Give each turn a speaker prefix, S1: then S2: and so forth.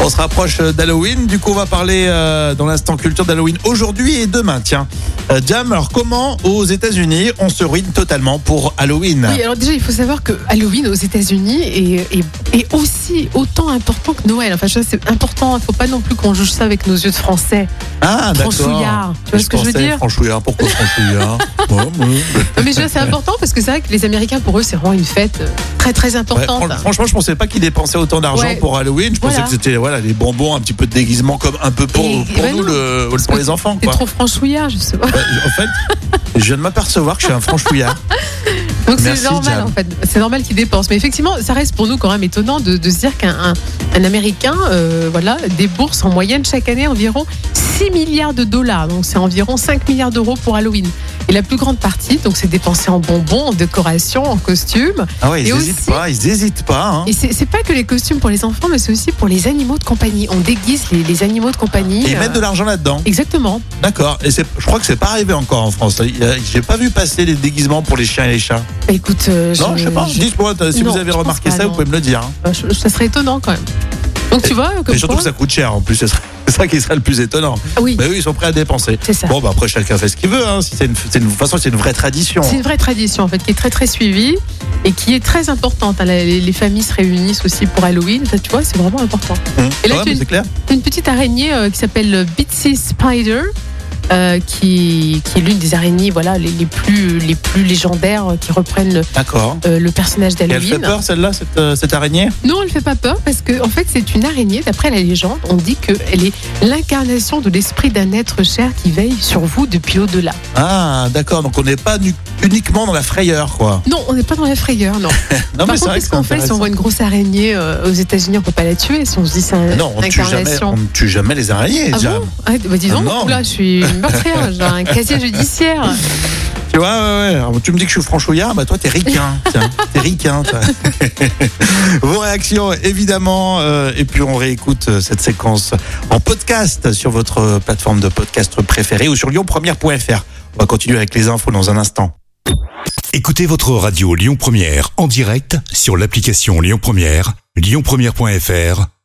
S1: On se rapproche euh, d'Halloween, du coup on va parler euh, dans l'instant culture d'Halloween aujourd'hui et demain. Tiens, Euh, Jam, alors comment aux États-Unis on se ruine totalement pour Halloween
S2: Oui, alors déjà, il faut savoir que Halloween aux États-Unis est, est- est aussi autant important que Noël. Enfin, je sais, c'est important. Il ne faut pas non plus qu'on juge ça avec nos yeux de Français.
S1: Ah
S2: Franchouillard, tu vois ce que je veux
S1: pensais,
S2: dire
S1: Franchouillard, pourquoi franchouillard euh, Ouais, ouais.
S2: Non, mais je veux dire, c'est important parce que c'est vrai que les Américains, pour eux, c'est vraiment une fête euh, très, très
S1: Ouais,
S2: importante.
S1: fran- franchement, je pensais pas qu'ils dépensaient autant d'argent
S2: Ouais.
S1: pour Halloween. Je pensais
S2: Voilà.
S1: que c'était voilà les bonbons, un petit peu de déguisement, comme un peu pour,
S2: Et-
S1: pour
S2: bah
S1: nous,
S2: non.
S1: le- pour
S2: que
S1: les enfants.
S2: c'est
S1: Quoi.
S2: trop franchouillard, je sais pas.
S1: Ouais, en fait, je viens de m'apercevoir que je suis un franchouillard.
S2: Donc
S1: Merci,
S2: c'est normal
S1: Jam.
S2: en fait, c'est normal qu'ils dépensent. Mais effectivement, ça reste pour nous quand même étonnant de, de se dire qu'un un, un Américain, euh, voilà, débourse en moyenne chaque année environ 6 milliards de dollars. Donc c'est environ 5 milliards d'euros pour Halloween. Et la plus grande partie, donc c'est dépensé en bonbons, en décorations, en costumes.
S1: Ah ouais, ils
S2: Et
S1: hésitent
S2: aussi-
S1: pas, ils hésitent pas. hein.
S2: Et c'est c'est pas que les costumes pour les enfants, mais c'est aussi pour les animaux de compagnie. On déguise les, les animaux de compagnie.
S1: Et ils
S2: euh,
S1: mettent de l'argent là-dedans.
S2: Exactement.
S1: D'accord. Et c'est- je crois que c'est pas arrivé encore en France. Il y a- J'ai pas vu passer les déguisements pour les chiens et les chats.
S2: Bah, écoute, euh,
S1: Non, je sais pas. Dites-moi euh, si
S2: Non,
S1: vous avez
S2: je pense
S1: remarqué
S2: pas,
S1: ça, vous
S2: non.
S1: pouvez me le dire. hein.
S2: euh, je- ça serait étonnant quand même. Donc tu vois, comme
S1: Et surtout
S2: quoi-
S1: que ça coûte cher en plus. C'est ça- c'est ça qui serait le plus étonnant.
S2: Ah oui,
S1: Mais oui, ils sont prêts à dépenser.
S2: c'est ça.
S1: Bon, bah après, chacun fait ce qu'il veut. Hein. Si c'est une, c'est une- de toute façon, c'est une vraie tradition.
S2: C'est une vraie tradition en fait qui est très très suivie et qui est très importante. hein. Les, les familles se réunissent aussi pour Halloween. Ça, tu vois, c'est vraiment important.
S1: Hum.
S2: Et là,
S1: Ouais,
S2: tu-
S1: mais c'est clair.
S2: Une petite araignée euh, qui s'appelle Bitsy Spider. euh, qui, qui est l'une des araignées voilà, les, les plus, les plus légendaires euh, qui reprennent le,
S1: D'accord.
S2: euh, le personnage
S1: Et elle fait
S2: d'Halloween.
S1: peur, celle-là, cette, euh, cette araignée
S2: Non, elle ne fait pas peur parce que en fait, c'est une araignée. D'après la légende, on dit qu'elle est l'incarnation de l'esprit d'un être cher qui veille sur vous depuis au-delà.
S1: Ah, d'accord. Donc, on n'est pas nu- uniquement dans la frayeur, quoi.
S2: Non, on n'est pas dans la frayeur, non.
S1: Non,
S2: Par
S1: c'est
S2: contre,
S1: vrai que
S2: qu'est-ce
S1: c'est
S2: qu'on fait si on
S1: intéressant.
S2: voit une grosse araignée euh, aux États-Unis On peut pas la tuer si on se dit c'est un-
S1: Non, on
S2: une
S1: ne tue jamais,
S2: incarnation.
S1: on ne tue jamais les araignées.
S2: Ah
S1: Jam.
S2: bon ah, bah Dis
S1: Ah
S2: donc,
S1: non.
S2: là, je suis une meurtrière, j'ai un casier judiciaire.
S1: Tu vois, ouais, ouais. Alors, tu me dis que je suis franchouillard, bah toi t'es ricain, tiens. t'es ricain. toi. Vos réactions, évidemment, euh, et puis on réécoute euh, cette séquence en podcast sur votre euh, plateforme de podcast préférée ou sur lyonpremière.fr. On va continuer avec les infos dans un instant.
S3: Écoutez votre radio Lyon Première en direct sur l'application Lyon Première, lyonpremière.fr